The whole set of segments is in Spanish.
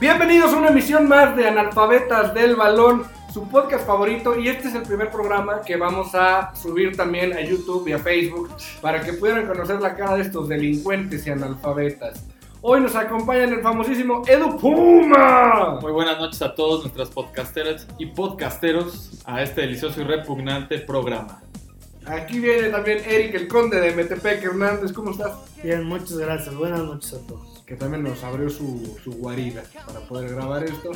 Bienvenidos a una emisión más de Analfabetas del Balón, su podcast favorito. Y este es el primer programa que vamos a subir también a YouTube y a Facebook para que puedan conocer la cara de estos delincuentes y analfabetas. Hoy nos acompaña el famosísimo Edu Puma. Muy buenas noches a todos nuestras podcasteras y podcasteros a este delicioso y repugnante programa. Aquí viene también Eric, el conde de Metepec Hernández. ¿Cómo estás? Bien, muchas gracias. Buenas noches a todos. Que también nos abrió su, su guarida para poder grabar esto.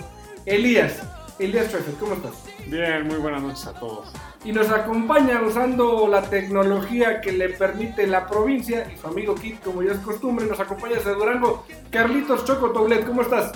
Elías, Elías Trefer, ¿cómo estás? Bien, muy buenas noches a todos. Y nos acompaña usando la tecnología que le permite la provincia y su amigo Kit, como ya es costumbre, nos acompaña desde Durango, Carlitos Choco Toblet, ¿cómo estás?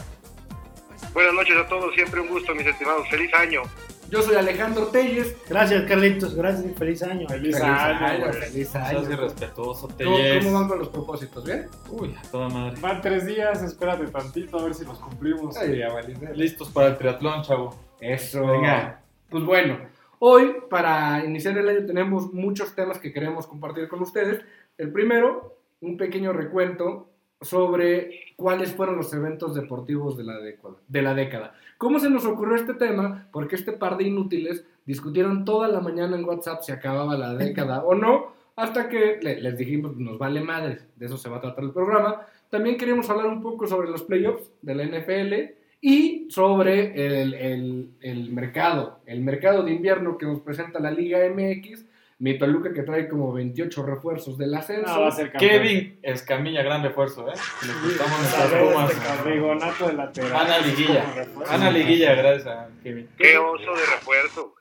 Buenas noches a todos, siempre un gusto, mis estimados. Feliz año. Yo soy Alejandro Telles. Gracias, Carlitos. Gracias y feliz año. Feliz, año, güey. Seas irrespetuoso, ¿Cómo, Telles. cómo van con los propósitos? ¿Bien? Uy, a toda madre. Van tres días, espérate tantito a ver si los cumplimos. Ay, ya valiste. Listos para el triatlón, chavo. Eso. Venga. Pues bueno, hoy para iniciar el año tenemos muchos temas que queremos compartir con ustedes. El primero, un pequeño recuento sobre cuáles fueron los eventos deportivos de la década. De la década. ¿Cómo se nos ocurrió este tema? Porque este par de inútiles discutieron toda la mañana en WhatsApp si acababa la década o no, hasta que le- les dijimos, nos vale madres, de eso se va a tratar el programa. También queremos hablar un poco sobre los playoffs de la NFL y sobre el, el- el mercado, el mercado de invierno que nos presenta la Liga MX, mi Toluca que trae como 28 refuerzos del ascenso. No, Ah, va a ser campeón. Kevin Escamilla, gran refuerzo, ¿eh? Les gustamos nuestras Saludos este plumas. carrigonato de lateral. Ana Liguilla. Ana Liguilla, gracias a Kevin. Qué oso de refuerzo.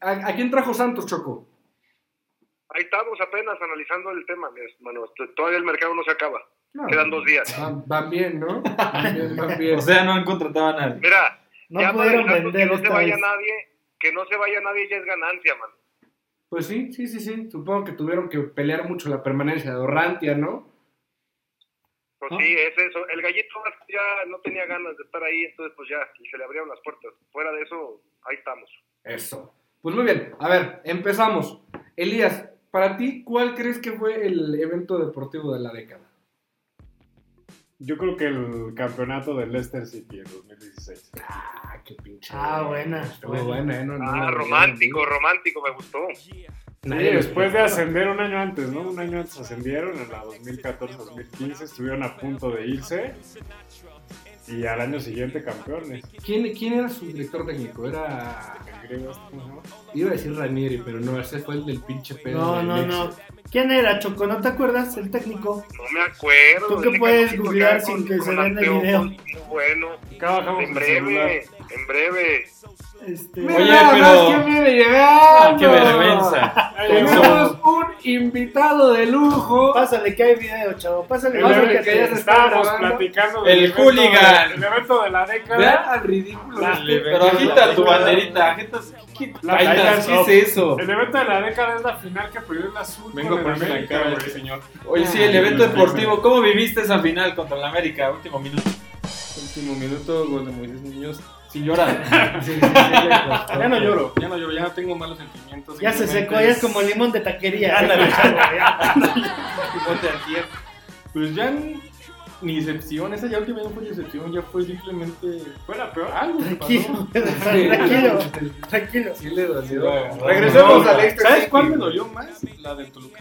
¿A, a quién trajo Santos, Choco? Ahí estamos apenas analizando el tema, mi hermano. T- Todavía el mercado no se acaba. No, Quedan dos días. Van, van bien, ¿no? Van bien, van bien. O sea, no han contratado a nadie. Mira, No ya para pudieron el Santos que vender no se esta vaya vez. nadie, que no se vaya nadie ya es ganancia, man. Pues sí, sí, sí, sí. Supongo que tuvieron que pelear mucho la permanencia de Orrantia, ¿no? Pues ¿No? sí, es eso. El gallito Vázquez ya no tenía ganas de estar ahí, entonces pues ya se le abrieron las puertas. Fuera de eso, ahí estamos. Eso. Pues muy bien. A ver, empezamos. Elías, para ti, ¿cuál crees que fue el evento deportivo de la década? Yo creo que el campeonato del Leicester City en 2016. Ah, qué pinche. Ah, buena, Estuvo buena. buena, ¿eh? No, no, no, Ah, no, romántico, romántico, me gustó. no. Sí, después de ascender un año antes, ¿no? Un año antes ascendieron, en la 2014-2015 estuvieron a punto de irse y al año siguiente campeones. ¿Quién, ¿Quién era su director técnico? Era. El griego este, ¿cómo se llama? Iba a decir Ranieri, pero no, ese fue el del pinche pedo. No, del no, Nexe. no. ¿Quién era, Choco? ¿No te acuerdas? El técnico. No me acuerdo. ¿Tú qué ese puedes gallito googlear acá sin con- que con se vea en el anteojos, video? muy Bueno, Acá bajamos en el celular. breve, en breve. Este, Mira, Oye, nada más pero- que viene llegando. Ah, ¡Qué vergüenza! Ahí llegó. Tenemos un invitado de lujo. Pásale que hay video, chavo. Pásale, El Pásale pásale evento que ya que se está estábamos grabando. platicando El evento hooligan. de- el evento de la década. Vean al ridículo. de este- Pero agita tu banderita, agita. ¿Qué, qué- La- Titans, Titans, ¿qué es eso? El evento de la década es la final que perdió el azul. Vengo con por el la América, cara de güey. este señor. Oye, sí, el evento deportivo. ¿Cómo viviste esa final contra el América? Último minuto. Último minuto, gol de Moisés Niños. Sin llorar. Sí, sí, sí, le costó. Ya no lloro, ya no lloro, ya no tengo malos sentimientos. Ya se secó, simplemente ya es como limón de taquería. Ponte al tierra. Pues ya ni, ni excepción, esa ya última no fue ni excepción, ya fue simplemente. Fue la peor. Algo que Tranquilo, pasó. tranquilo, tranquilo. Sí le dolió. No, Regresemos No, al extra. ¿Sabes City. cuál me dolió más? La del Toluca.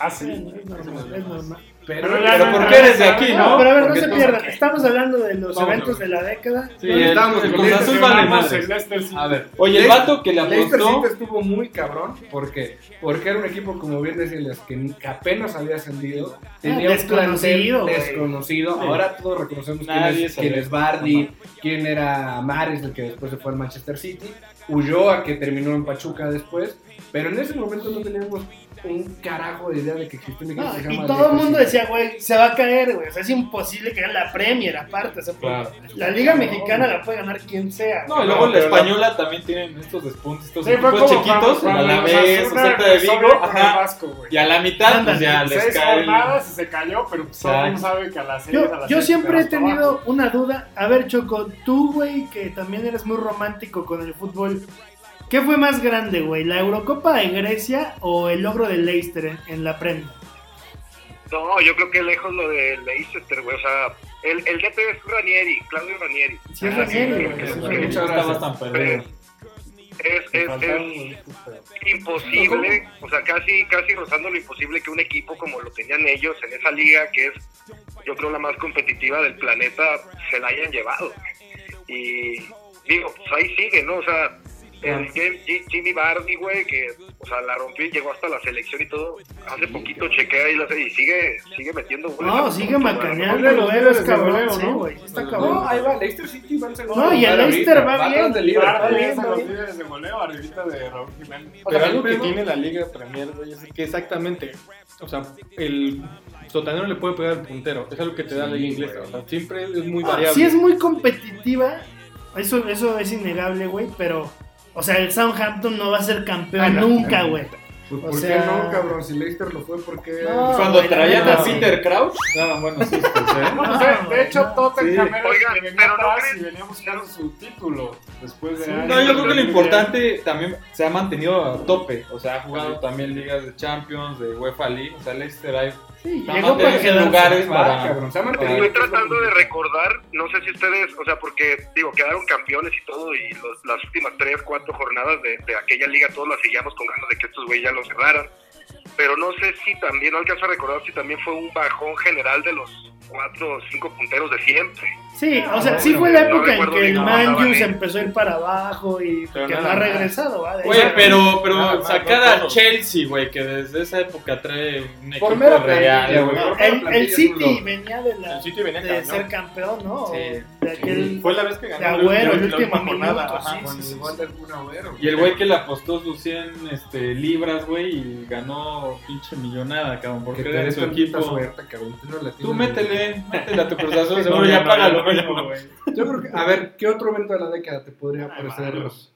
Ah, Sí, sí. es normal, es normal. Pero, Pero ya Pero no ¿por entra- qué eres de aquí, No, no? pero a ver, no Porque se tú- pierdan. Estamos hablando de los Vamos, eventos de la década. Sí, No el, estamos el con Cruz eso, Azul sí, vale Ganamos madres. el Leicester City. a ver. Oye, el vato que le Leicester apostó. City estuvo muy cabrón porque, porque era un equipo, como bien decías, que ni- que apenas había ascendido. Tenía un desconocido, plantel güey. desconocido. Ahora todos reconocemos quién Nadie es, sabía. quién es Bardi, quién era Mares, el que después se fue al Manchester City. Ulloa, que terminó en Pachuca después. Pero en ese momento no teníamos un carajo de idea de que existía un equipo No, que se y llama todo el Leicester mundo City. decía, güey, se va a caer, güey. O sea, es imposible que gane la Premier, aparte. o sea, Claro. La Liga Mexicana la puede ganar quien sea. No, y luego la española también tienen estos despuntes, estos Sí, fue equipos como chiquitos, el cuando- cuando el Alavés, Osasuna o Celta de empezó Vigo, bien con el ajá, Vasco, güey. y a la mitad pues ya les Seis cae el... jornadas y se cayó, pero pues, todo el mundo Exacto. sabe que a las seis, a Yo, las yo siete siempre he vas para abajo. tenido una duda. A ver, Choco, tú, güey, que también eres muy romántico con el fútbol. ¿Qué fue más grande, güey? ¿La Eurocopa en Grecia o el logro del Leicester en, en la Premier? No, yo creo que lejos lo del Leicester, güey. O sea, El, el DT es Ranieri, Claudio Ranieri. Sí, es Ah, Ranieri, sí, güey. sí, es sí. Ranieri. No estabas tan perdido. Es, Me es, faltaron es estos, pero- imposible, o sea, casi, casi rozando lo imposible que un equipo como lo tenían ellos en esa liga, que es yo creo la más competitiva del planeta, se la hayan llevado. Y digo, pues ahí sigue, ¿no? O sea, el Jim- Jim- Jimmy Barney, güey, que, o sea, la rompió y llegó hasta la selección y todo. Hace poquito chequea y, la- y sigue, sigue metiendo goles. No, sigue macaneando, Uno de los lo veo, es líderes de cabrón, goleo, sí, ¿no? güey, sí está No, No, cabrón. ahí va, Leicester City va en segundo. No, y el lugar Leicester ahorita, va bien. atrás del Liverpool. Va Ah, bien, es a va los bien. líderes de goleo, arribita de Raúl Jiménez. Pero Pero algo que pero- tiene la Liga Premier, güey, es que exactamente, o sea, el sotanero le puede pegar al puntero. Es algo que te da la Liga Inglesa. O sea, siempre es muy variable. Ah, Sí es muy competitiva, eso, eso es innegable, güey, pero, o sea, el Southampton no va a ser campeón Ah, no. nunca, güey. Pues, O ¿Por sea- qué no, cabrón? Si Leicester lo fue, ¿por qué? No, Cuando güey, la traían neta, a sí. Peter Crouch, Ah, bueno, sí, pues, ¿eh? No, pues, de- de hecho, Tottenham era Oiga, el que venía pero no atrás crees- y venía buscando su título después de Sí. años No, yo creo que lo de- importante también se ha mantenido a tope. O sea, ha jugado también ligas de Champions, de UEFA League. O sea, Leicester hay Sí, está llegó para mantenido en quedarse. lugares Ah, para. cabrón, se ha Estoy mantenido. tratando de recordar, no sé si ustedes, o sea, porque digo, quedaron campeones y todo, y los- las últimas tres, cuatro jornadas de, de aquella liga, todos las seguíamos con ganas de que estos güeyes ya lo cerraran. Pero no sé si también, no alcanzo a recordar si también fue un bajón general de los cuatro o cinco punteros de siempre. Sí, Ah, o sea, No, sí no, fue la no época en recuerdo que el ni cómo Man andaban, U se eh. empezó a ir para abajo y Pero que no nada ha más. regresado, ¿va? De ahí Güey, va. pero, Nada pero más, sacar no a todos. Chelsea, güey, que desde esa época trae un equipo Por mera real, plantilla, güey. güey. El, La el plantilla City es venía de, la, El City venía de cañón. ser campeón, ¿no? Sí. De aquel... Fue la vez que ganó De Agüero, la el último última jornada, minuto, ajá, sí, con- pues, sí, sí. con- Y el güey que le apostó sus 100 este, libras, güey, y ganó pinche millonada, cabrón, porque Que era de tenés su tanta equipo. suerte, cabrón, tú no la Tú tienes. métele, métele a tu Cruz Azul, No, seguro ya ya no, paga ya lo no. mismo, güey. Yo creo que, a ver, ¿qué otro evento de la década te podría Ay, parecer? varios.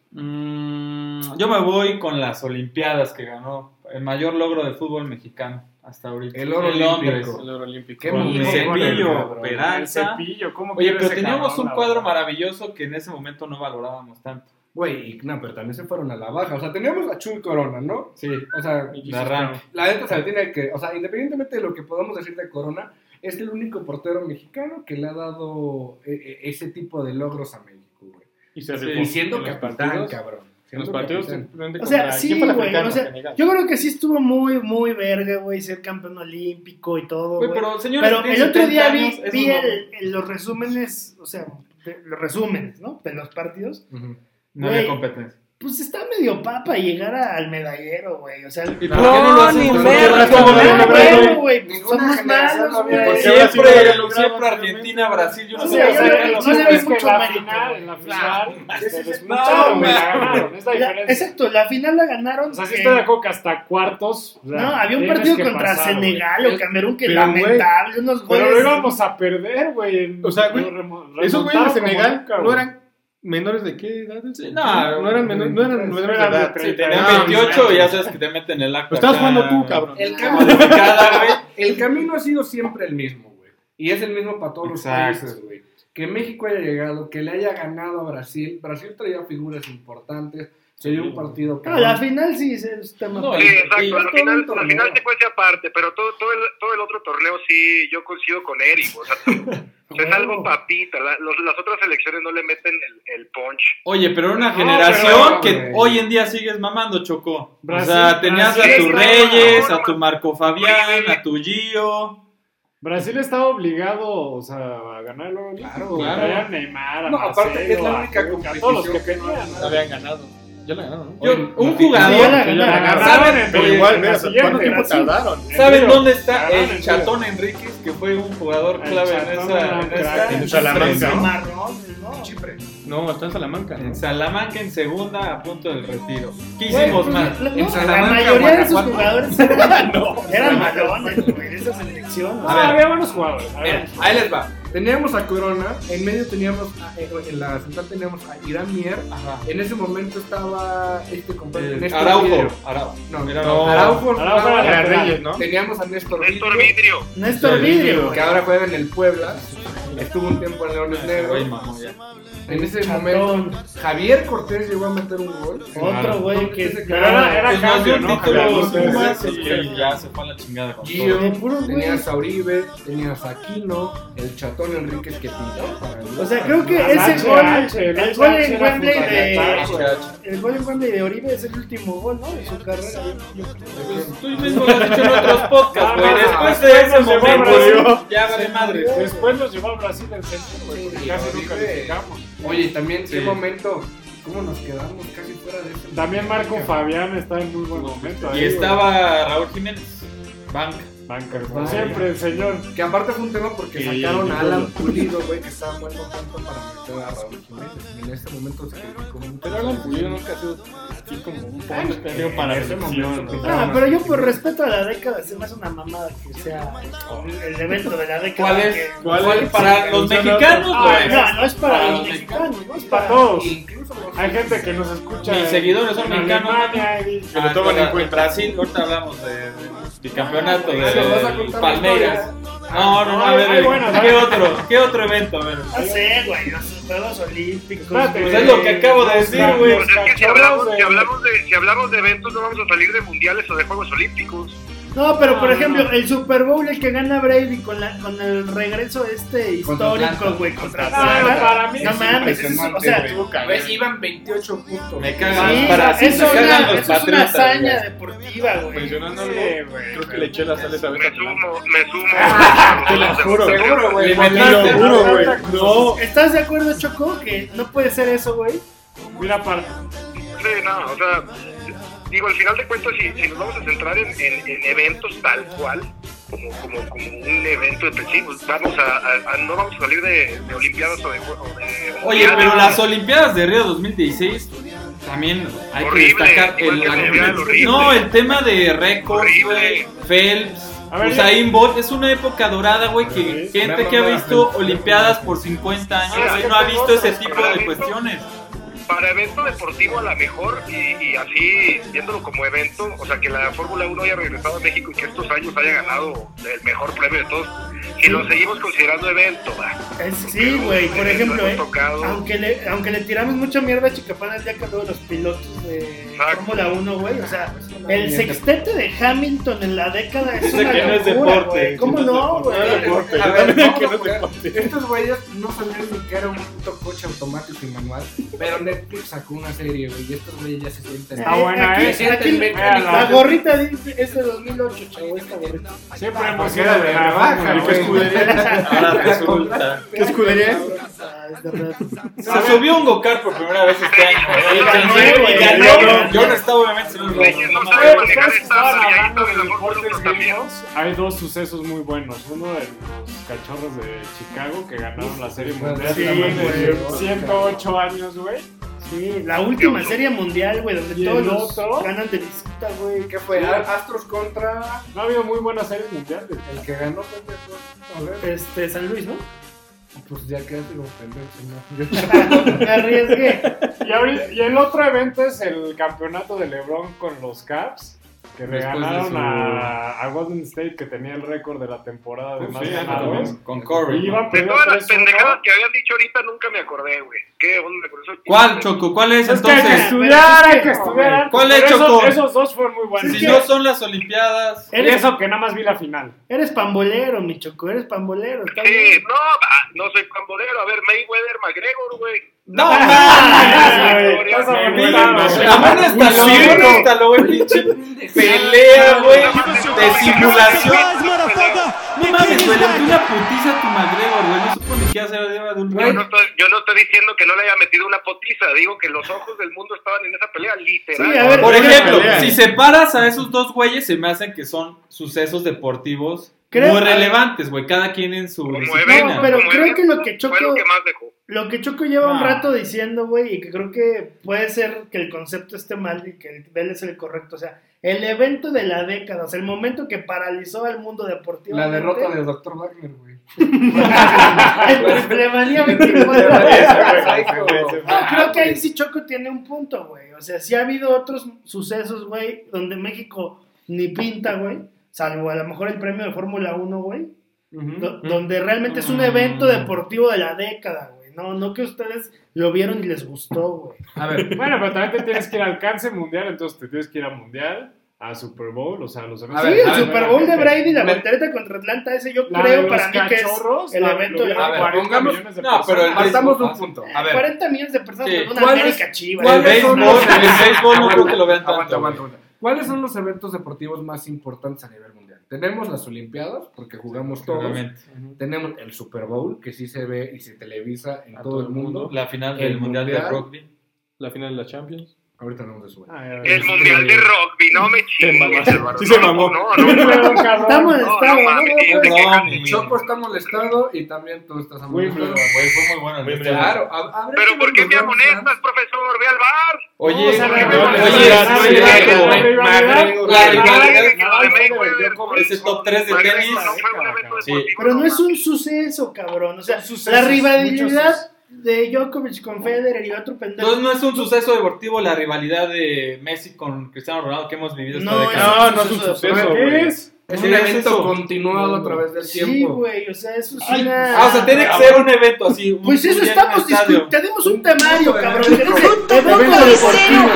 Mm, yo me voy con las Olimpiadas que ganó. El mayor logro del fútbol mexicano hasta ahorita. El oro En Londres. olímpico. El oro olímpico. Qué Con bonito, Cepillo, cabrón. El Peralta. cepillo, ¿cómo Oye, quiere pero ese teníamos cabrón, un la cuadro verdad? maravilloso que en ese momento no valorábamos tanto. Güey, no, pero también se fueron a la baja. O sea, teníamos a Chuy Corona, ¿no? Sí, O sea, de arranque. la neta se la tiene que. O sea, independientemente de lo que podamos decir de Corona, es el único portero mexicano que le ha dado eh, eh, ese tipo de logros a México, güey. Y se Sí. rifó. Y siendo En los capitán, partidos- cabrón. En los Siendo partidos capitán. simplemente O sea, contra- sí, ¿quién fue el güey, africano? o sea, Senegal. Yo creo que sí estuvo muy, muy verga, güey, ser campeón olímpico y todo, Güey, güey. pero señores, Pero el tienen otro día 70 vi, años, es vi un el- el- los resúmenes, o sea, de- los resúmenes, ¿no? De los partidos. Ujú. No había Güey. competencia. Pues está medio papa llegar a- al medallero, güey. O sea, ¿Y por qué no lo hacen? ni ¿Por qué merda, no lo hacen? cabrón. ¿Por qué no lo ah, hacen? bueno, güey, pues Ninguna somos generación malos, había- güey. Porque Siempre, ahora sí lo lograron, siempre obviamente. Argentina, Brasil, yo no O sé sea, por qué o sea, ganaron. no se ve Es que mucho la mérito, final, güey. en la final, Claro. se Sí, sí, sí. desmucharon, No, güey, güey. ganaron, es la La- diferencia. exacto, la final la ganaron. O sea, sí eh, estoy de acuerdo que hasta cuartos. o sea, no, había un tienes partido que contra pasar, güey. Senegal o Camerún que Pero, lamentable, unos Pero goles. lo íbamos a perder, güey. en- O sea, güey, lo remo- Esos güeyes remontaron de como Senegal nunca, no güey. eran menores de qué edad? no, no eran menores, no eran menores de eran edad. de Sí, No, tenían no, 28 no. y ya sabes que te meten el acto. Lo estabas acá, jugando tú, cabrón. El camino, Modificada, güey. el camino ha sido siempre el mismo, güey. Y es el mismo para todos los Exacto. países, güey. Que México haya llegado, que le haya ganado a Brasil. Brasil traía figuras importantes. Se dio un partido. No, la final sí es es tema. No, Sí, y- exacto. y- la final, la final secuencia aparte, pero todo, todo, el, todo el otro torneo sí, yo coincido con Eric. O sea, o sea, es algo papita. la- los- las otras selecciones no le meten el, el punch. Oye, pero era una No, generación pero- que güey. hoy en día sigues mamando, Chocó. Brasil- o sea, tenías a Brasil tu estaba- Reyes, no, a tu Marco Fabián, a tu Gio. Brasil estaba obligado, o sea, a ganar el oro olímpico, Claro, güey. claro. Traía a Neymar, a No, Marcelo, aparte es la a única Cuca, a competición todos los que tenían. No habían ganado. Ya la ganaron. Yo, Oye, un Martín, sí, ya la jugador. ganaron. ¿Saben? ganaron, Pero güey, igual, en mira, la ¿cuánto siguiente, tiempo Brasil. tardaron? ¿Saben En dónde está Ganaron el en Chatón Enríquez, que fue un jugador El clave en Chatón esa, era un en crack. esa En Salamanca, ¿no? marrones, ¿no? Chipre. No, está en Salamanca. En Salamanca en segunda a punto del retiro. ¿Qué hicimos Güey, mal? pues, la- En no, la Salamanca, mayoría de sus Guanajuato. jugadores eran, eran malones, güey, de esa selección. o Ah, A ver. había buenos jugadores. había Mira, buenos ahí les va. Teníamos a Corona, en medio teníamos, a- eh, en la central teníamos a Irán Mier. Ajá. En ese momento estaba este compadre. Eh, Néstor Araujo. Vidrio. Araujo. No, Era- no, Araujo. Araujo jugaba era lateral. Reyes, ¿no? Teníamos a Néstor, Néstor Vidrio, Vidrio. Néstor Vidrio, que güey. ahora juega en el Puebla. Estuvo un tiempo en Leones Ese güey, Negros. mamón, ya. En ese momento, Chatón. Javier Cortés llegó a meter un gol. Otro güey Entonces, que ese Pero era, era Pues más cambio, de un ¿no? título, Javier dos Cortés, más, sí, y ya se fue a la chingada con todo. Gio, Puro güey. tenías a Uribe, tenías a Aquino, el Chatón Antonio Enríquez que pintó para mí. O sea, creo que Al ese H, gol, al H, el el H, gol H en era Wembley fundamental, de, güey. el gol en Wembley de Oribe es el último gol, ¿no? De su carrera. yo- yo- Pues tú mismo lo has dicho en otros podcasts, No, güey. no, no, Después de después ese nos llevó a momento, Brasil. ya vale madre. Después nos llevó a Brasil el centro, güey, porque Sí, casi horrible. nunca calificamos. Oye, también Sí. qué momento, cómo nos quedamos casi fuera de eso. También Marco Fabián está en muy buen momento. ahí, Y estaba Raúl Jiménez. Banca. güey. Banker, como Banker. siempre, el señor. Que aparte fue un tema porque Sí, sacaron a ninguno. Alan Pulido, güey, que estaba en buen momento para meter a Raúl Jiménez. Y en este momento se criticó mucho. Pero Alan Pulido nunca ha sido así como un poco en ese momento, ¿no? pues, Ah, pero yo por respeto a la década se me hace una mamada que sea el evento de la década. ¿Cuál es? que- ¿Cuál para los mexicanos, Ah, pues, güey? no, no es para Para los los mexicanos, no es Es para para todos. Incluso los- Hay gente que nos escucha. Mis en- seguidores son en mexicanos, Alemania, y- Que lo toman Ah, en cuenta. Brasil, ahorita hablamos de, de- del campeonato de, Nos Ah, vas a contar Palmeiras. la No, no, no, a Ay, ver, ay, el- bueno, ¿qué dale. otro? ¿Qué otro evento? A ver. No sé, güey, los Juegos Olímpicos. Espérate, güey. Pues es lo que acabo de decir, güey. Pues es que si Cachorros hablamos, de- si, hablamos de, si hablamos de eventos, no vamos a salir de mundiales o de Juegos Olímpicos. No, pero por No, ejemplo, no. el Super Bowl el que gana Brady con, la, con el regreso este Contra histórico, Atlanta. güey, contra Contra Atlanta. Atlanta. Para mí No es mames, eso es- o sea, impresionante, tú- Güey, iban 28 puntos. Me sí, cagan los o sea, Brasil, eso me es cagan una- los eso es una Patriotas. hazaña güey. deportiva, güey. Mencionando algo, Sí, güey, creo que le eché la sal esa vez Me a Atlanta. sumo, me sumo. Te lo juro. Seguro, güey. Le metí- Te lo Atlanta, juro, güey. Atlanta, No. ¿Estás de acuerdo, Choco, que no puede ser eso, güey? Mira, para, Sí, no, o sea, digo, al final de cuentas, si, si nos vamos a centrar en, en- en eventos tal cual, como, como, como un evento específico, vamos a, a- a- no vamos a salir de, de Olimpiadas o de... o de- Oye, Olimpiadas. pero las Olimpiadas de Río 2016 también hay Horrible, que destacar igual que la- el Mundial, horrible. no, el tema de récords, güey, Horrible. Phelps, A ver, Usain Bolt, es una época dorada, güey, que Sí. gente Una que ha mamada, visto Phelps. Olimpiadas por 50 años, Ah, güey, es no ha que visto todos ese los tipo de programas, ¿no? cuestiones. Para evento deportivo a la mejor y, y así viéndolo como evento, o sea, que la Fórmula 1 haya regresado a México y que estos años haya ganado el mejor premio de todos, si lo seguimos considerando evento, va. Es- sí, güey, por ejemplo, eh, Tocado. aunque, le, aunque le tiramos mucha mierda a Chicapana el día que habló de los pilotos de Exacto. Fórmula 1, güey, o sea, Pues, el mierda. sextete de Hamilton en la década es Dice una que no es locura, deporte, güey. ¿Cómo que no es no, deporte, güey? no es A deporte. ver, Yo también vamos que a no jugar. deporte. Estos güeyes no sabían ni que era un puto coche automático y manual, pero Netflix sacó una serie, güey, y estos güeyes ya se sienten... Ah, Está buena, aquí, ¿eh? Ah, aquí, aquí, Mira, la- la gorrita dice- es de 2008, chavo, esta gorrita. Siempre hemos Porque ido era de de la rebaja, baja, güey. Ahora resulta. ¿Qué escudería es? Ah, es de red. Se subió un go-kart por primera vez este año. güey, Yo y ganó, gané, y güey, ganó. yo gané. Yo no estaba obviamente en el Güeyes, no Ah, rojo. saben manejar Ustedes esta estaban y ahí hablando está de el amor por deportes otro también. gringos. Hay dos sucesos muy buenos. Uno de los cachorros de Chicago que ganaron la Serie Mundial Sí, también de güey. 108 años, güey. Sí, la última serie mundial, güey, ¿Y donde el todos los otro? ganan de visita, güey. ¿Qué fue? Astros contra No ha habido muy buenas series mundiales. el que ganó, pendejo. A ver, Este, San Luis, ¿no? pues ya quedaste como pendejo, ¿no? Me arriesgué. Y, ahorita- y el otro evento es el campeonato de LeBron con los Caps. Que le Después de ganaron su- a, a Golden State, que tenía el récord de la temporada de más Sí, ganados. con- Con Corey. Y ¿no? iban De primero todas las 3-1. pendejadas que habían dicho ahorita, nunca me acordé, güey. ¿Qué onda con eso? ¿Cuál, Choco? ¿Cuál es Es que hay que entonces? estudiar, Pero es hay que- que estudiar. antes. ¿Cuál es, Pero esos- Choco? Esos dos fueron muy buenos. Si no son las Olimpiadas. Y eso que nada más vi la final. Eres pambolero, mi choco, eres pambolero. Está Sí, bien. no, va, no soy pambodero. A ver, Mayweather, McGregor, güey. No, Ah, mames. güey, güey. La mano hasta lo estás olvidando. Me bueno hasta lo güey, pinche pelea, güey. De simulación. No mames, güey, le metió una putiza a tu McGregor, güey. No supo ni qué hacer arriba de un Yo güey. no, estoy, yo no estoy diciendo que no le haya metido una potiza. Digo que los ojos del mundo estaban en esa pelea, literal. Sí, a ver, Por Pero ejemplo, pelea, si eh. separas a esos dos güeyes, se me hacen que son sucesos deportivos Creo- muy relevantes, güey. Cada quien en su Como disciplina. evento, No, pero como creo que evento, lo que Fue Choco- lo que más dejó. Lo que Choco lleva un No. rato diciendo, güey, y que creo que puede ser que el concepto esté mal y que el de él es el correcto. O sea, el evento de la década, o sea, el momento que paralizó al mundo deportivo. La derrota de Pues, Dr. Wagner, güey. El Wrestlemania 24. No, Ah, creo que ahí sí Choco tiene un punto, güey. O sea, sí ha habido otros sucesos, güey, donde México ni pinta, güey. Salvo a lo mejor el premio de Fórmula 1, güey. do- Mm-hmm. Donde realmente es un Mm. evento deportivo de la década, güey. No, no que ustedes lo vieron y les gustó, güey. A ver, Bueno, pero también te tienes que ir al alcance mundial, entonces te tienes que ir a mundial. a Super Bowl, o sea, los Sí, ver, el a ver, Super Bowl de Brady, la Me- voltereta contra Atlanta, ese yo La de creo los para mí que cachorros, es el la- evento. lo de- hubiera- A ver, 40 pongamos. millones de No, pero el personas. Matamos béisbol, un punto. A ver. 40 millones de personas Sí. en una ¿Cuál es- América chiva. El cuál es- béisbol, el béisbol no creo que lo vean Aguanta, tanto. aguanta, güey. aguanta. ¿Cuáles son los eventos deportivos más importantes a nivel mundial? Tenemos las Olimpiadas, porque jugamos todos. Obviamente. Tenemos el Super Bowl, que sí se ve y se televisa en A todo el mundo. La final El del Mundial de Mundial. Rugby. La final de la Champions. Ahorita hablamos de eso. güey. Ah, ya, ya. El mundial de rugby, no me chingues. mamaste. Eduardo. Sí se No, mamó. No, no, no, Pero, no, cabrón, Estamos en no, estado, mames, ¿no? te quejas. mi- Choco está molestado y también tú estás Wimbledon. molestado. Güey, fue muy bueno. el mundial. Claro, a- habrá que Pero ¿por ver qué los me Grand Slams. amonestas, profesor? Ve al bar. Oye, O sea, oye, la- oye, la- oye, la- soy la- negro, la- la- güey. la- la- McGregor, güey. la- Ay, la- no, la- la- Mayweather, como- Ese top 3 de Mayweather tenis. no fue un evento Sí. deportivo, Pero no es mames. un suceso, cabrón. O sea, sucesos, la muchos rivalidad sucesos. de Djokovic con Federer y otro pendejo. Entonces no es un suceso deportivo la rivalidad de Messi con Cristiano Ronaldo que hemos vivido esta No, década. no, no es un ¿Pero suceso, ¿Qué es? Es Sí, un es evento eso. continuado a través del Sí, tiempo. güey, o sea, eso es Ay, una... Ah, o sea, tiene que ser un evento así. un- Pues eso un día en un estamos estadio. discutiendo. Tenemos un temario, Punto de cabrón. evento. que dice Punto de evento evento deportivo.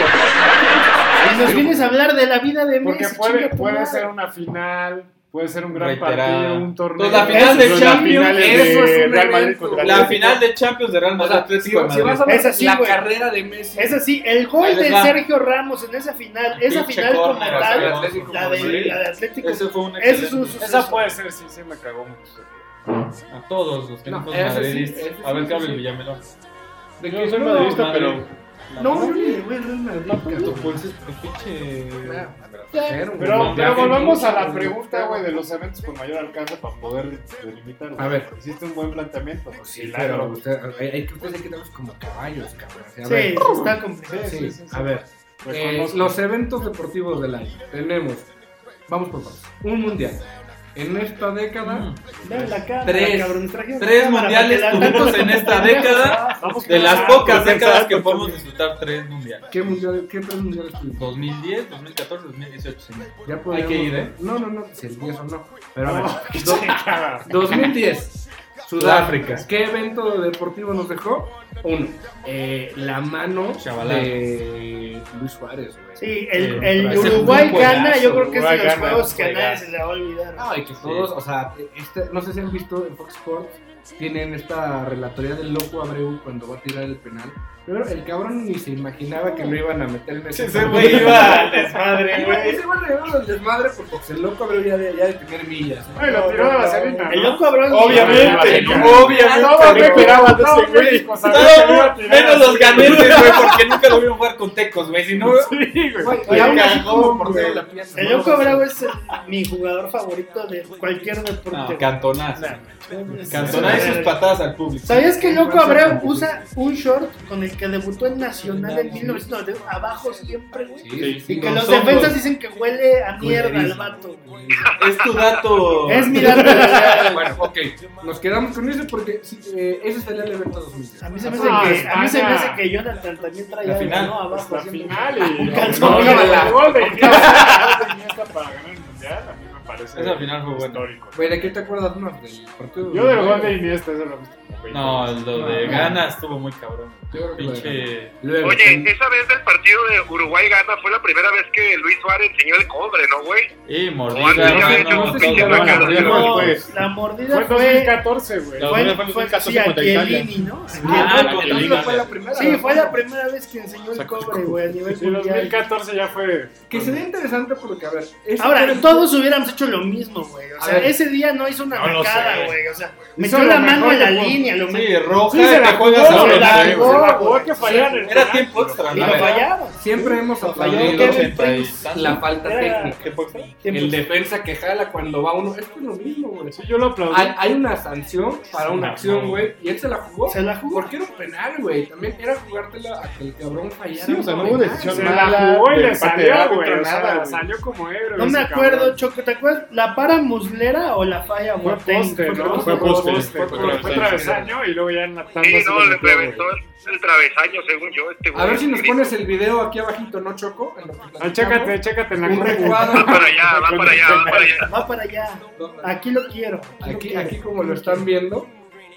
Y nos vienes a hablar de la vida de Messi. Porque puede, chinga tu puede madre. ser una final, puede ser un gran Reiterada. partido, un torneo. Entonces, la final de Pero Champions, final es eso de es un Real Madrid evento. contra La Atlético. final de Champions de Real O Madrid. sea, si, Atlético de si vas Madrid. a ver Es así, la güey. carrera de Messi, Es así, el gol Ahí de les va. Sergio Ramos en esa final, esa Pinche final como córner, el tal, Atlético la de, Madrid. la de Atlético. Ese fue un Ese es un excelente. suceso. Esa puede ser, sí, sí, me cagó mucho. A todos los que No, no, somos ese sí, madridistas. ese sí, a ver, ese qué habla sí. el Villamelón. de Yo que soy no, madridista, Madrid. pero. No, yo le voy al Real Madrid, Tu cabrón. pulso es tu pinche. Cero, güey. Pero, Ya, pero volvemos mucho, a la güey. pregunta, güey, de los eventos con mayor alcance para poder delimitar. güey. A ver. Hiciste un buen planteamiento. Pues Y Sí, la- pero usted, hay, hay que ustedes hay que tenerlos como caballos, cabrón. O sea, a Sí, ver, está complicado. sí, sí, sí, sí. a ver. Eh, Reconozco. los eventos deportivos del año. Tenemos, vamos por partes. Un mundial. En esta década, Vean la cámara, Tres. cabrón, nos trajeron la Tres cámara mundiales para que la- tuvimos en esta década. Vamos De las con- pocas con- décadas que con- podemos disfrutar tres mundiales. ¿qué, mundial, qué tres mundiales tuvimos? 2010, 2014, 2018. señor. Ya podríamos- que ir, ¿eh? No, no, no, si el 10 o no. Pero a ver, No, qué do- chingada. 2010, Sudáfrica. Sudáfrica. ¿Qué evento deportivo nos dejó? Uno, eh, la mano Chavalá. de Luis Suárez, güey. Sí, el, Eh, el ese fue un Uruguay gana, juegazo, yo creo que es de Uruguay los gana, juegos que a nadie juegazo. se le va a olvidar. No, y que todos, o sea, este, no sé si han visto en Fox Sports, tienen esta relatoría del loco Abreu cuando va a tirar el penal. Primero, el cabrón ni se imaginaba que lo iban a meter en ese Ese partido. güey iba al desmadre, Iba- Ese güey le iba al desmadre porque pues, el loco Abreu ya de, ya de tener millas. ¿no? Ay, lo tiró de la serena. El loco Abreu- Obviamente, No, obviamente. No, no, no esperaba, no, Todos, güey. o sea, no iba a tirar menos así. los ganetes, güey, porque nunca lo vieron jugar con tecos, güey. Si no, Sí, güey. Güey, Oye, y aún así cagó, como güey. portero la piensa, El ¿no? Loco Bravo es el- mi jugador favorito de cualquier no deporte. cantonás. Es- Cantonás Ah, y sus patadas al público. ¿Sabías que el Loco Abreu usa un short con el que debutó en Nacional en 1991? Abajo siempre, güey. Sí, Y sí, que no. los son defensas los- dicen que huele a mierda al Culerísimo. vato. güey. Es tu dato. Es mi dato. Bueno, ok, nos quedamos con eso porque sí, eh, ese sería el evento 2010. A mí se me hace Ah, que, a mí se me España. hace que Jonathan también trae La algo, final. ¿no? Abajo La siempre. final y- Un calzón, No, mírala. el gol de Iniesta- el gol de Iniesta para ganar el mundial, a mí me parece Esa final fue buena. histórico. Güey, ¿de qué te acuerdas más? ¿Del partido? Yo del gol de Iniesta, eso lo he visto como 20 No, veces. lo Ah. de Gana estuvo muy cabrón. Yo creo que lo de Pinche. Luego, Oye, esa vez del partido de Uruguay-Gana fue la primera vez que Luis Suárez enseñó el cobre, ¿no, güey? Y mordida, Oh, antes ya había mano, hecho todo. un pinche Bueno, bacalao. mordida, No, mano. La pues. Fue mordida en fue. 2014, güey. La Fue, mordida fue, fue en 2014 sí, contra Aquilini, ¿no? Ah, Aquilini. contra Entonces no fue la primera. Sí, ¿no? fue la primera vez que enseñó el cobre, güey, a nivel Sí, mundial. 2014 ya fue. Que sería interesante porque, a ver. este Ahora, evento- todos hubiéramos hecho lo mismo, güey. O A sea, ver. ese día no hizo una No lo marcada, sé. güey. O sea, Hizo metió la lo mano mejor en la que pudo. línea, lo metió. Sí, roja. Sí, se te la jugó, juegas a se doble la play, jugó, güey. se la jugó, que fallaron el Era penal. tiempo extra, Y ¿no? lo ver, fallaba. Siempre hemos falló hablado Falló Kevin de 80 y Prince. tantos. la falta Era- técnica. ¿Tiempo extra? Tiempo El defensa que jala cuando va uno. Esto es lo mismo, güey. Sí, yo lo aplaudí. Hay, hay una sanción para una No, acción, no. güey. Y él se la jugó. Se la jugó. Porque era un penal, güey. También era jugártela a que el cabrón fallara. Sí, o sea, un no hubo penal. decisión. Se mala la jugó de y le parte de salió, árbitro, güey. o sea, nada, güey. salió como héroe. No me ese acuerdo, cabrón. Choco, ¿te acuerdas? ¿La para muslera o la falla Fue Boateng? poste, ¿no? Fue poste, fue Fue, fue, poste. travesaño y luego ya en la tabla. Sí, se no, lo le metió, güey. reventó el travesaño, según yo, este güey. A ver si nos pones el video aquí abajito, ¿no, Choco? En lo que Ah, platicamos. chécate, chécate en la Un recuadro. Va para allá, va para allá, va para allá. Va para allá. Aquí lo quiero. Aquí, aquí como lo están viendo,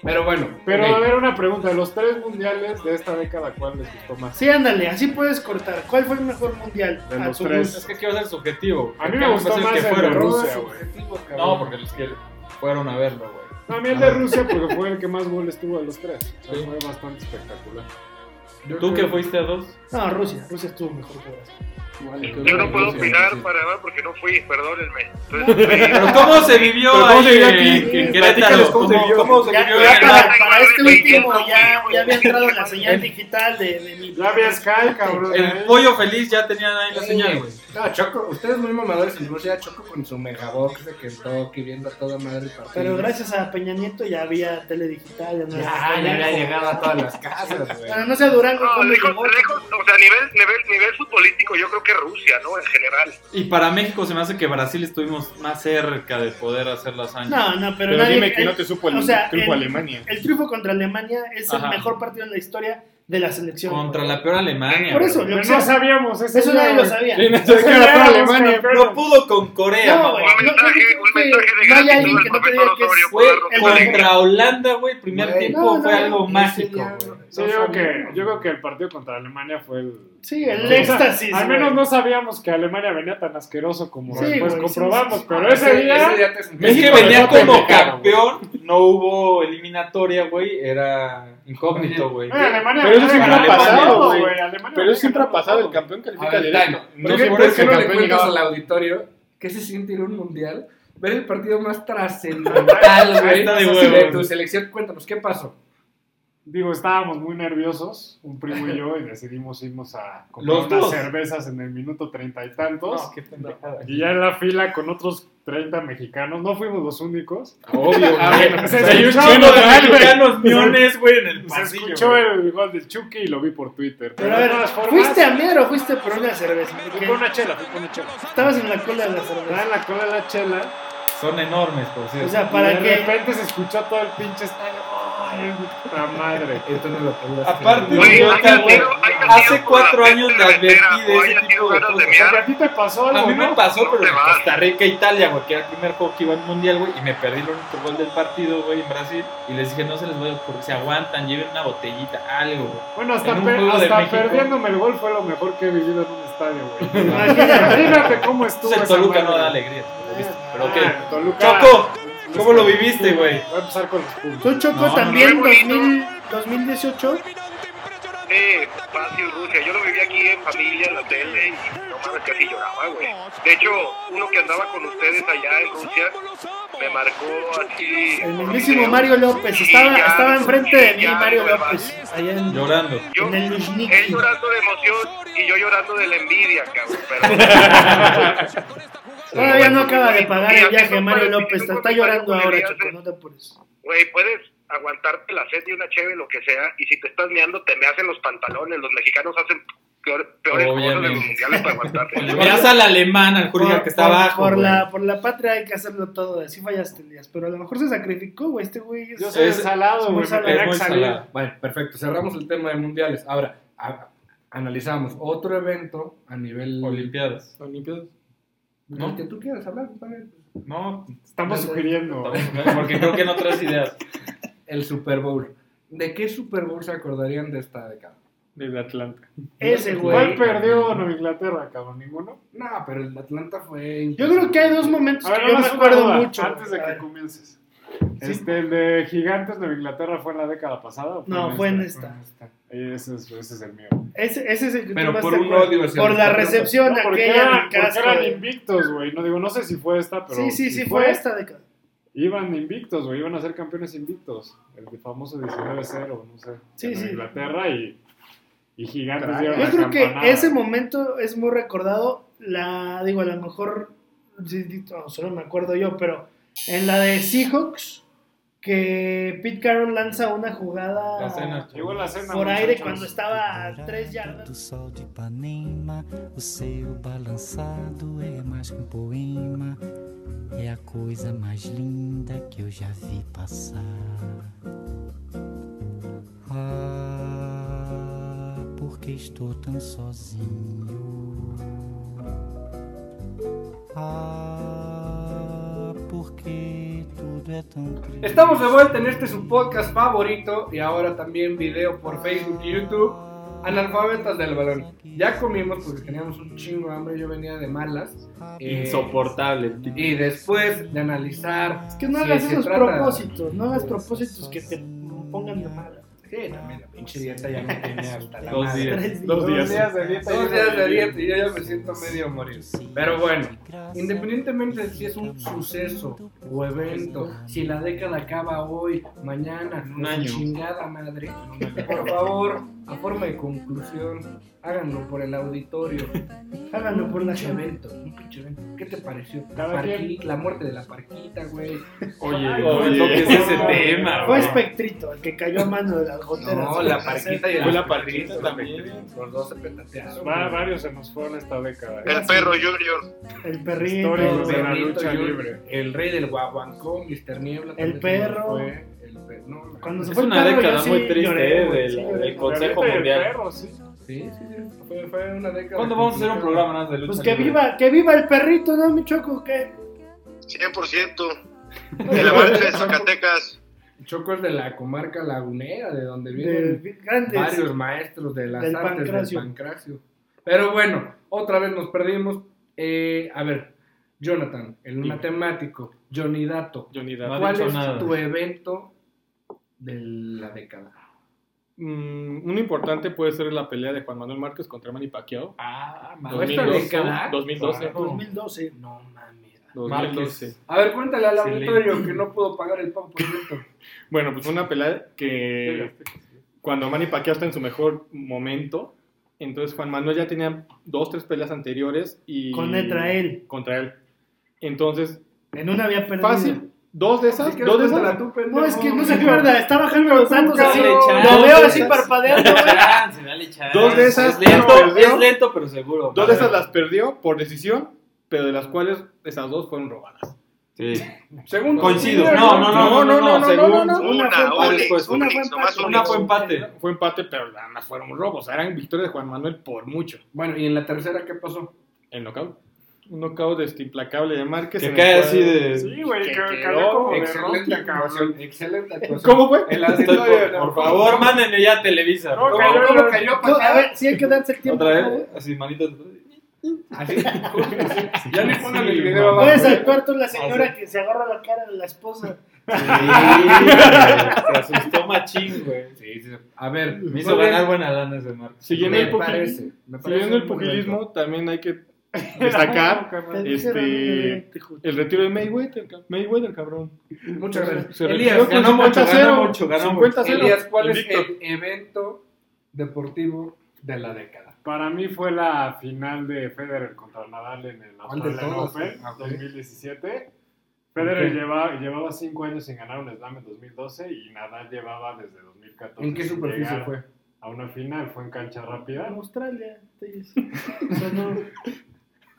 Pero bueno. Pero ok. a ver, una pregunta. ¿Los tres mundiales de esta década cuál les gustó más? Sí, ándale, así puedes cortar. ¿Cuál fue el mejor mundial? De A los tu tres. Es que quiero ser subjetivo. A mí ¿Qué me gustó parece más que el de fueron? Rusia, Todos güey. subjetivos, cabrón. No, porque los que fueron a verlo, güey. No, a mí el de Rusia porque fue el que más goles tuvo de los tres. O sea, Sí. Fue bastante espectacular. Yo ¿Tú que creo- fuiste a dos? gusto. No, Rusia. Rusia estuvo mejor que Brasil. Yo no puedo opinar Sí. para nada porque no fui, perdónenme. Entonces, fui- Pero ¿cómo se vivió Pero ¿cómo ahí se vivió en- aquí? en Platícales Querétaro? cómo ¿Cómo se vivió. cómo se Ya, vivió ya en- para, Rusia. para este Sí, último ya, ya, güey. ya había entrado la señal digital de, de mi. Ya había Sky, cabrón. El ¿eh? pollo feliz ya tenían ahí la Sí. señal, güey. No, Choco, ustedes muy mamadores en Rusia, Choco con su megabox de Kentucky viendo a toda madre el partido. Pero gracias a Peña Nieto ya había tele digital. Ya, no Ya, era- ya había llegado a todas las casas, güey. Bueno, no sea Durango. No, ¿cómo lejos, llegó? lejos, o sea, a nivel, nivel, nivel futbolístico, yo creo que Rusia, ¿no? En general. Y para México se me hace que Brasil estuvimos más cerca de poder hacer las hazaña. No, no, pero, Pero nadie- dime que el- no te supo el o sea, triunfo a el- Alemania. El triunfo contra Alemania es Ajá. el mejor partido en la historia de la selección. Contra güey. la peor Alemania. Por güey. eso, Pero lo que no sea, sabíamos. Ese eso día, nadie lo güey. sabía. No, Sí, no sabíamos que éramos campeones. No pudo con Corea, mamá. güey, Un no, no, mensaje, no, un güey, mensaje de no hay gratitud alguien al que no te profesor diga que Osorio es por Fue darnos el una mejor- alegría. contra Holanda, güey. Primer Güey, tiempo no, no, fue no, algo ese mágico, día, güey. Sí, no yo, creo que, sabíamos. yo creo que el partido contra Alemania fue el. Sí, el O sea, éxtasis. al menos güey. no sabíamos que Alemania venía tan asqueroso como Sí, después güey, sí, comprobamos. sí, sí. Pero ese día. te Es sentiste que México venía no como pendejaron, campeón, no hubo eliminatoria, güey. Era incógnito, güey. Bueno, eh, Alemania Pero eso venía siempre ganando ha pasado, todo, güey. Alemania Pero venía eso siempre ha ganando pasado, todo. el campeón A ver, califica directo. time. No ¿Por sé qué, por por qué qué el no le campeón cuentas al llegaba. auditorio que se siente ir a un mundial? Ver el partido más trascendental, güey, Está de de huevo. tu selección. Cuéntanos, ¿qué pasó? Digo, estábamos muy nerviosos, un primo y yo, y decidimos irnos a comprar Los unas dos. cervezas en el minuto treinta y tantos. No, qué pendejada. Y ya en la fila con otros 30 mexicanos, no fuimos los únicos. Obvio, Ah, güey. bueno, Se se escuchó escuchó lo de total, güey. mexicanos miones, güey, en el Se pasillo. escuchó güey. el gol del Chucky y lo vi por Twitter. Pero a ver, de todas formas, ¿fuiste a miar o fuiste por una cerveza? Fui Porque con una chela, fui con una chela. estabas en la cola de la Estaba cerveza. en la cola de la chela. Son enormes, por O cierto. sea, y para de que. repente se escuchó todo el pinche estadio. ¡Ay, puta madre! Esto no lo podías Aparte, creer. Güey, Yo haya creo que sido- haya hace sido cuatro una años le cervecera advertí de o ese haya tipo sido de ganas cosas. Porque mear, a ti te pasó algo, A mí me ¿no? pasó, pero en Te vas. Costa Rica, Italia, güey, que era el primer juego que iba al mundial, güey, y me perdí el único gol del partido, güey, en Brasil. Y les dije, no se les vaya, porque se aguantan, lleven una botellita, algo, güey. Bueno, hasta, En un per- juego de hasta México. perdiéndome el gol fue lo mejor que he vivido en un estadio, güey. Imagínate. Imagínate cómo estuvo. Entonces Pues el esa Toluca madre. no da alegría, lo viste. Pero ok. Ah, Toluca. Choco, ¿cómo lo viviste, güey? Voy a empezar con los puntos. Tú Choco No, no, también no. 2000, 2018. eh, fácil Rusia. Yo lo viví aquí en familia, en la tele, y no mames, casi lloraba, güey. De hecho, uno que andaba con ustedes allá en Rusia me marcó así. El por un mismísimo video. Mario López. Y Estaba, ya, estaba enfrente de mí ya, Mario güey, López. Allá en- Llorando. Yo, En el Luzhniki. él llorando de emoción y yo llorando de la envidia, cabrón. Pero... Todavía no acaba de pagar el Mira, viaje son Mario parecidos, López. son Está llorando parecidos, ahora, deberías Choco. de- No te apures. Güey, puedes aguantarte la sed de una cheve, lo que sea, y si te estás meando, te me hacen los pantalones. Los mexicanos hacen peor- peores cosas de los Obviamente. mundiales para aguantarte. Le miras al alemán, al Jurgen que está por, abajo. por güey. la, por la patria hay que hacerlo todo. Así fallaste, Elías. Pero a lo mejor se sacrificó, güey. Este güey es. Yo soy Es- es salado, muy güey. Me salado. tenía Es que muy salir. salada. Bueno, perfecto. Cerramos el tema de mundiales. Ahora, a- analizamos otro evento a nivel... Olimpiadas. Olimpiadas. ¿No? Que tú quieras hablar, compadre. No, Estamos Desde- sugiriendo. porque creo que no traes ideas. El Super Bowl. ¿De qué Super Bowl se acordarían de esta década? Del Atlanta. Ese, ¿Cuál güey. perdió Nueva Inglaterra, cabrón? ¿Ninguno? No, pero el Atlanta fue... Yo creo que hay dos momentos A ver, que yo me nomás una acuerdo duda, mucho. Antes A de que ver. comiences. Este, el de Gigantes Nueva Inglaterra fue en la década pasada. o No, fue en este. esta. Ese es, ese es el mío. Ese, ese es el que Pero tú más por te un acuerdas. odio hacia Por los la patriotas. recepción No, porque, aquella eran, del porque casco. eran güey. invictos, güey. No digo, no sé si fue esta, pero. Sí, sí, si sí, fue esta década. Iban invictos, güey. Iban a ser campeones invictos. El de famoso 19-0, no sé. Sí, de Nueva sí. Inglaterra y, y Gigantes dieron Pues Yo la creo campanada. que ese momento es muy recordado. La, digo, a lo mejor, sí, sí, no, solo me acuerdo yo, pero en la de Seahawks, que Pete Carroll lanza una jugada La cena. Llegó la cena. por aire muchachos. cuando estaba Então a tres yardas. Do é sol de Ipanema, o seu balançado é mais que um poema, é a coisa mais linda que eu já vi passar. Ah, porque estou tão sozinho. Ah, porque tudo é é tão triste. Estamos de vuelta en este su podcast favorito y ahora también video por Facebook y YouTube. Analfabetas del balón. Ya comimos porque teníamos un chingo de hambre, yo venía de malas. eh, Insoportable. el tipo. Y después de analizar. Es que no si hagas se esos trata- propósitos, no hagas propósitos que te pongan de mala. Sí, también la pinche dieta ya me tenía hasta la Dos madre. días. Tres Dos días. de dieta. Dos días de dieta y yo ya me siento medio a morir. Pero bueno, independientemente de si es un suceso o evento, si la década acaba hoy, mañana, Un año. su chingada madre, por favor, a forma de conclusión, háganlo por el auditorio. Háganlo por la pinche gente. evento, un pinche evento. ¿Qué te pareció? Cada Parqui- quien. la muerte de la parquita, güey. Ah, Oye, Ay, no oye. toques ese tema, Fue güey. espectrito, el que cayó a mano de las goteras. No, la parquita y Fue el la parquita también. Los dos se petatearon. Va- varios se nos fueron esta década. ¿eh? El perro Junior. El perrito. Históricos de la Benito lucha Junior, libre. El rey del guaguancó, Mr. Niebla. El también se nos perro. fue, el per- no, Cuando se sí, Es fue el una perro, década yo sí muy triste, lloré, eh, güey, del- sí lloré. del Consejo Ahorita y este, el Mundial. perro, sí. sí, sí, fue, fue una década. ¿Cuándo vamos a hacer un programa más de lucha? Pues que libre? viva, que viva el perrito, ¿no, mi choco? ¿Qué? 100%. Y la marcha de Zacatecas. Choco es de la comarca lagunera, de donde vienen De grandes. varios maestros de las del artes Pancracio. del Pancracio. Pero bueno, otra vez nos perdimos. Eh, a ver, Jonathan, el matemático, Johnny Dato, Johnny Depp. No ha ¿cuál dicho es nada. tu evento de la década? Mm, un importante puede ser la pelea de Juan Manuel Márquez contra Manny Pacquiao. Ah, ¿Esta 2012. década? 2012. 2012. No mames. 2012. A ver, cuéntale al Excelente. auditorio que no puedo pagar el pago por minuto. Bueno, pues fue una pelea que cuando Manny Pacquiao está en su mejor momento, entonces Juan Manuel ya tenía dos, tres peleas anteriores y... Contra él. Contra él. Entonces, En una había perdido. fácil. Dos de Si esas, quieres, dos de cuéntala esas. tú, pendejo. No, es que no se acuerda, está bajando los datos Dale así. chance. Lo veo así parpadeando. güey. Chance, dale chance. Dos de esas, Es lento, las perdió. es lento, pero seguro. Dos de esas las perdió por decisión, pero de las cuales esas dos fueron robadas. Sí. Según Coincido. Twitter, No, no, no, no, no, no, según- Una, fue- Onix, después, una fue Onix, nomás empate. Una Onix. fue empate. Fue empate, pero nada más fueron robos. Eran victorias de Juan Manuel por mucho. Bueno, y en la tercera, ¿qué pasó? El knockout. Un knockout de este implacable de Márquez. en Que el cae cual- así de. Sí, güey, Que que quedó quedó como de excelente Rocky, actuación. cabrón. Excelente actuación. ¿Cómo fue? El Estoy auditorio, por, por favor, mándenle ya a Televisa. No, ¿Cómo? cayó, ¿Cómo no, cayó No, a patada? ver, sí hay que darse el tiempo. Otra ¿no? vez, así, manita. Así, así. Ya ni pongan el video No abajo. es al cuarto la señora que se agarra la cara de la esposa. Se asustó machín, güey. Sí, sí. A ver, Me hizo Muy bien. ganar buena lana ese Marcos. Siguiendo me el, pugil- parece. Me parece siguiendo el un buen evento. pugilismo, también hay que destacar Te dijeron, eh, este, el retiro de Mayweather, ca- Mayweather cabrón. Muchas gracias. Se Elías, retiró con ganó mucho, 50 ganó cero mucho. ganó mucho. 50 cero. Pues, Elías, ¿cuál es Invicto. el evento deportivo de la década? Para mí fue la final de Federer contra Nadal en el Australian todos? Open Ah, ok. 2017. Federer Ok. lleva- llevaba 5 años sin ganar un slam en 2012 y Nadal llevaba desde 2014. ¿En qué sin superficie llegar fue? A una final, fue en cancha rápida. En Australia. Entonces, o sea, no.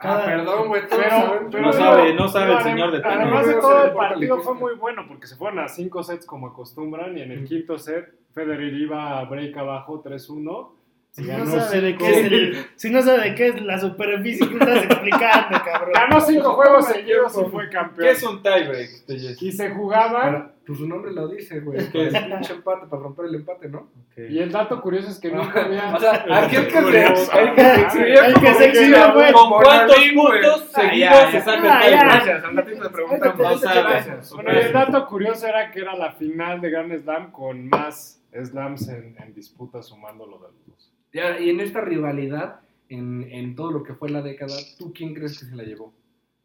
Ah, perdón, güey. todos Pero, saben, pero No sabe, yo- no sabe yo el adem- señor de tenis. Además de Pero todo, se el le corta partido la fue pista. muy bueno porque se fueron a 5 sets como acostumbran y en el Mm. quinto set Federer iba a break abajo 3-1. y Si no ganó sabe de cinco- qué es el- si no sabe de qué es la superficie que estás explicando, cabrón. Ganó 5 juegos seguidos y fue campeón. ¿Qué es un tiebreak? Telles? Y se jugaban. Ahora, pues su nombre lo dice, güey. ¿Qué es? Pinche empate para romper el empate, ¿no? Y el dato curioso es que nunca había. O sea, aquel que se, Curioso. el que se exhibió El que como se exhibió, era güey. un ¿Con cuántos moralín, güey. puntos Ah, seguidos ya, se ya. saca el tiebreak? Gracias, al ratito le preguntamos. Ah, No sabes. Bueno, y el dato curioso era que era la final de Grand Slam con más slams en, en disputa sumando lo de los dos. Ya, y en esta rivalidad, en, en todo lo que fue la década, ¿tú quién crees que se la llevó?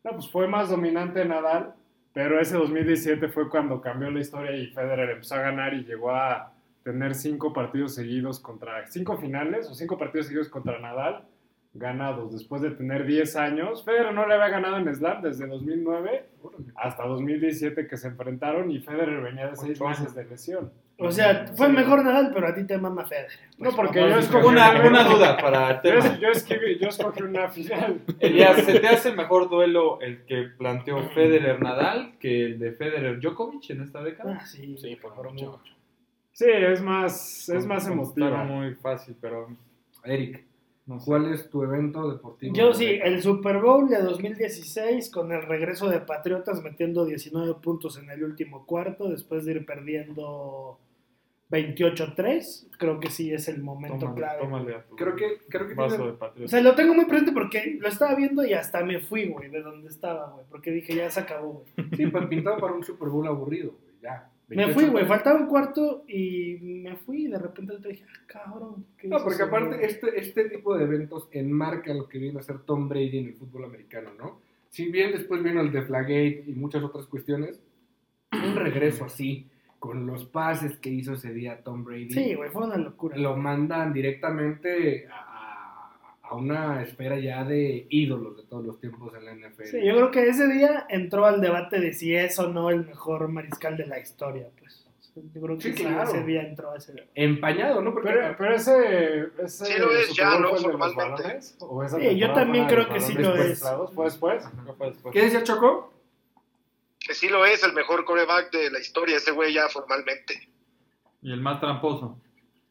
No, pues fue más dominante Nadal, pero ese 2017 fue cuando cambió la historia y Federer empezó a ganar y llegó a tener cinco partidos seguidos contra. cinco finales o cinco partidos seguidos contra Nadal ganados después de tener 10 años. Federer no le había ganado en Slam desde 2009 hasta 2017 que se enfrentaron y Federer venía de seis meses de lesión. O sea, fue mejor Nadal, pero a ti te mama Federer. No, porque vamos, yo sí, escogí Una, una duda para el Yo, tema. es- yo escribí- yo escogí una final. Elías, ¿se te hace mejor duelo el que planteó Federer Nadal que el de Federer Djokovic en esta década? Ah, sí. Sí, por cabrón. mucho. Sí, Ah, es más, es más Contestaron emotiva. muy fácil, pero Eric. No sé. ¿Cuál es tu evento deportivo? Yo sí, el Super Bowl de 2016 con el regreso de Patriotas metiendo 19 puntos en el último cuarto después de ir perdiendo 28-3. Creo que sí es el momento Tómale, clave. tómale a tu Creo que, creo que vaso tiene- de O patriota. sea, lo tengo muy presente porque lo estaba viendo y hasta me fui, güey, de donde estaba, güey. Porque dije, ya se acabó, güey. Sí, pues pintado para un Super Bowl aburrido, güey, ya. Me fui, güey, faltaba un cuarto y me fui y de repente te dije, ah, cabrón. ¿qué No, hizo porque ese aparte güey? este, este tipo de eventos enmarca lo que viene a ser Tom Brady en el fútbol americano, ¿no? Si bien después vino el Deflagate y muchas otras cuestiones, un regreso así, con los pases que hizo ese día Tom Brady, Sí, güey, fue una locura. lo mandan directamente a, a una esfera ya de ídolos de todos los tiempos en la NFL. Sí, yo creo que ese día entró al debate de si es o no el mejor mariscal de la historia, pues. O sea, Yo creo que Sí, sí, claro. ese día entró a ese debate. Empañado, ¿no? Porque Pero, pero ese, ese Sí lo es Super ya, Bowl ¿no? fue el de los Formalmente. balones, ¿o esa Sí, yo temporada también fue la de creo que sí balones lo es. mezclados? ¿Fue después? Fue después. ¿Qué decía Choco? Que sí lo es el mejor coreback de la historia, ese güey ya formalmente. Y el más tramposo.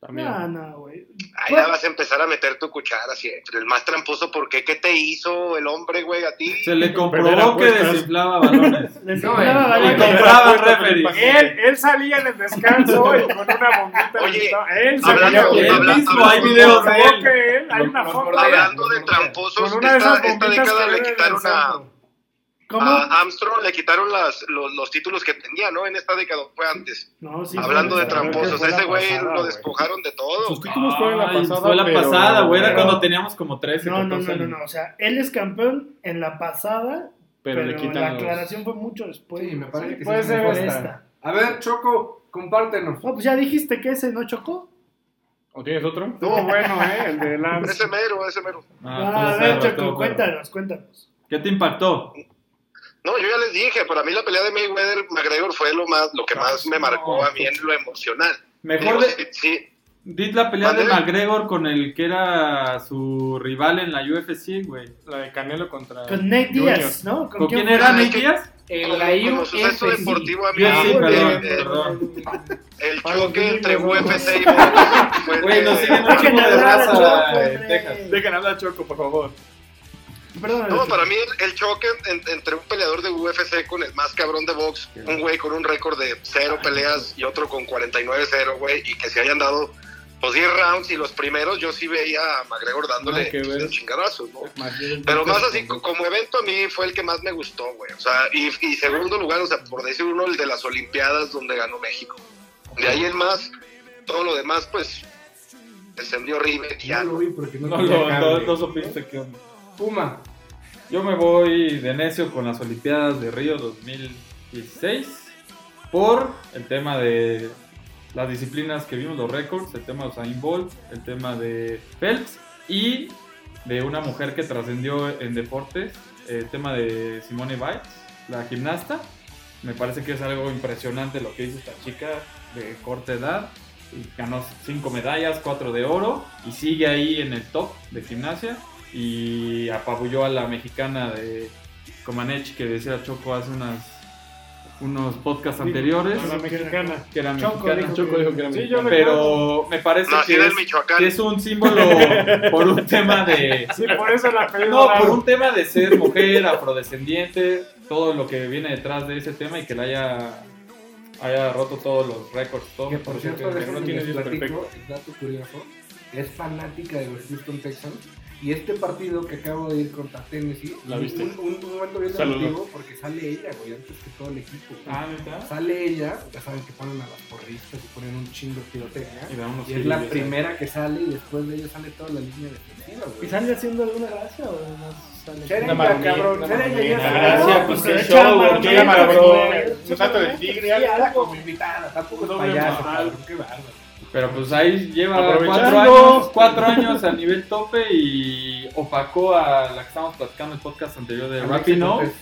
También. No, no, güey. Ahí Bueno. ya vas a empezar a meter tu cuchara siempre. El más tramposo, ¿por qué? ¿Qué te hizo el hombre, güey, a ti? Se le Primera comprobó que apuesta. desinflaba balones. Les No, hablaba, eh, vale, Y Primera compraba apuesta del referees. Él, él salía en el descanso y con una bombita. Oye, bonita. él hablando- salía con hablando- él mismo, hablando- hay videos de hablando- él. Hay una foto Hablando de tramposos, con una de esta, esas esta bombitas década que le ven en el quitaron a, centro. ¿Cómo? a Armstrong, le quitaron las, los, los títulos que tenía, ¿no? En esta década, fue antes. No, sí, Hablando sí, de sí, creo que tramposos, fue la ese güey pasada, lo güey. despojaron de Sus todo. títulos fueron la Ay, pasada. Fue la pero- pasada, güey. Era pero- cuando teníamos como 13, No, no, 14 no, no, años. no. O sea, él es campeón en la pasada, Pero, pero, le quitan la los- aclaración fue mucho después. Sí, me parece que sí. puede ser Fue esta. esta. A ver, Choco, compártenos. No, pues ya dijiste que ese no chocó. ¿O tienes otro? Estuvo bueno, ¿eh? El de Lance. Ese mero, ese mero. Ah, a todo perro, ver, pues, Choco, todo perro. cuéntanos, cuéntanos. ¿Qué te impactó? No, yo ya les dije, para mí la pelea de Mayweather McGregor fue lo más, lo Ah, que más me marcó a mí en lo emocional. Mejor Digo, de, sí, sí, Did la pelea de ¿Mandé? McGregor con el que era su rival en la UFC, güey. La de Canelo contra. Con Nate Junior. Díaz, ¿no? ¿Con quién fue? era fue? Nate Díaz? como, como suceso deportivo a mí. UFC, eh, perdón, eh, perdón. El Para los choque entre gringos, ¿no? UFC y boxeo fue Güey, de- nos siguen un para- Dejen chingo de hablar al Choco, raza en hombre. Texas. Dejen hablar a Choco, por favor. Perdón, No, para mí el, el choque en- entre un peleador de UFC con el más cabrón de box, un güey con un récord de cero peleas y otro con 49-0, güey, y que se hayan dado los 10 rounds y los primeros, yo sí veía a McGregor dándole Nada que ver. de chingadazos, ¿no? Pero más así, co- como evento a mí fue el que más me gustó, güey. O sea, y, y segundo lugar, o sea, por decir uno, el de las Olimpiadas donde ganó México. De ahí en más, todo lo demás, pues, descendió River y ya. Ya lo vi porque no, No, tenía lo, no, cable. no supiste qué onda. Puma, Yo me voy de necio con las Olimpiadas de Río 2016 por el tema de las disciplinas que vimos, los récords, el tema de Usain Bolt, el tema de Phelps y de una mujer que trascendió en deportes, el tema de Simone Biles, la gimnasta. Me parece que es algo impresionante lo que hizo esta chica de corta edad. Y ganó cinco medallas, cuatro de oro y sigue ahí en el top de gimnasia y apabulló a la mexicana de Comaneci que decía Choco hace unas unos podcasts anteriores Con la mexicana. que era Choco mexicana dijo Choco dijo que era Sí, yo Choco, lo pero me parece Nací que del es, Michoacán. que es un símbolo por un tema de Sí, por eso la pedí no, por un tema de ser mujer, afrodescendiente, todo lo que viene detrás de ese tema y que le haya, haya roto todos los récords. Todo que por cierto, Porque déjenme no tiene les Dios platico, perfecto. dato curioso, es fanática de los Houston Texans. Y este partido que acabo de ir contra Tennessee, ¿La viste? Un, un- un momento bien Saludos. emotivo porque sale ella, güey, antes que todo el equipo. güey. Ah, ¿neta? Sale ella, ya saben que ponen a las porristas y ponen un chingo de pirotecnia. Y da unos Y es la giros, primera que sale y después de ella sale toda la línea defensiva, ¿Y güey. sale haciendo alguna gracia o no sale? Ser Una ella, maromita, cabrón, una ser ella, maromita. ya Gracias, salió. pues, se qué echa show, maromita, yo era güey. maravilla. Un Solamente dato de tigre, sí, Era algo como invitada, tampoco es Doble payaso, moral. cabrón, qué bárbaro. Pero pues ahí lleva cuatro Aprovechando. años, cuatro años a nivel tope y opacó a la que estábamos platicando en el podcast anterior de Alexis Rapino. Cortés.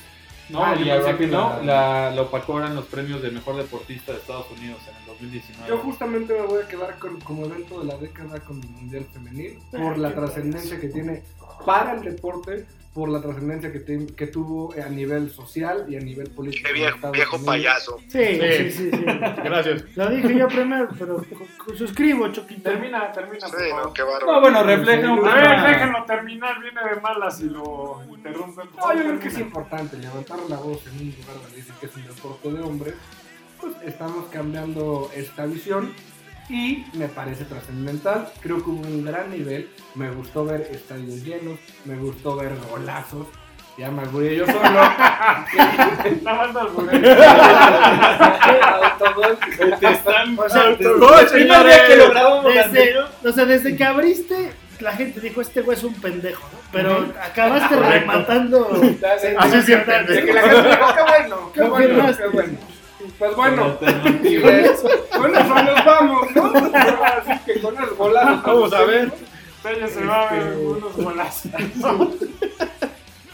No, Ah, yo y a pensé que Rapino la- la, la opacó ahora en los premios de mejor deportista de Estados Unidos en el 2019. Yo justamente me voy a quedar con, como evento de la década con el Mundial Femenil por la trascendencia que tiene para el deporte, por la trascendencia que, te- que tuvo a nivel social y a nivel político. Qué viejo, Estados viejo Unidos. payaso. Sí, sí, Sí. sí, sí. Gracias. Lo dije yo primero, pero cu- cu- suscribo, Choquito. Termina, termina. por Sí, favor. no, qué No, bárbaro. bueno, refleja un A ver, poco- déjenlo terminar, viene de malas y lo interrumpen. por No, yo creo favor, que es termina. importante levantar la voz en un lugar donde dicen que es un deporte de hombres. Pues estamos cambiando esta visión y me parece trascendental. Creo que hubo un gran nivel. Me gustó ver estadios llenos, me gustó ver golazos. Ya me voy yo solo. Nada más las mujeres. Autogol. Te están. O sea, el primer día que lo grabamos, desde, o sea, desde que abriste, la gente dijo, este güey es un pendejo, ¿no? Pero acabaste rematando. Así Así siempre. De que la gente diga, qué bueno, qué bueno, qué bueno. Pues bueno, y de- con eso nos vamos, ¿no? Así que con el golazo. Vamos a ver. Ella se va a ver Este- unos golazos. Pues, Ah,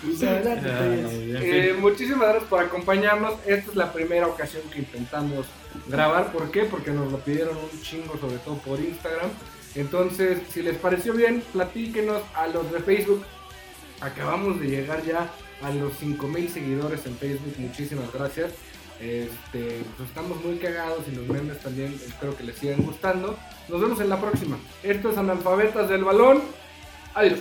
muy bien, en fin. Eh, muchísimas gracias por acompañarnos. Esta es la primera ocasión que intentamos grabar. ¿Por qué? Porque nos lo pidieron un chingo, sobre todo por Instagram. Entonces, si les pareció bien, platíquenos a los de Facebook. Acabamos de llegar ya a los 5000 seguidores en Facebook. Muchísimas gracias. Este, pues estamos muy cagados y los memes también eh, espero que les sigan gustando. Nos vemos en la próxima. Esto es Analfabetas del Balón. Adiós.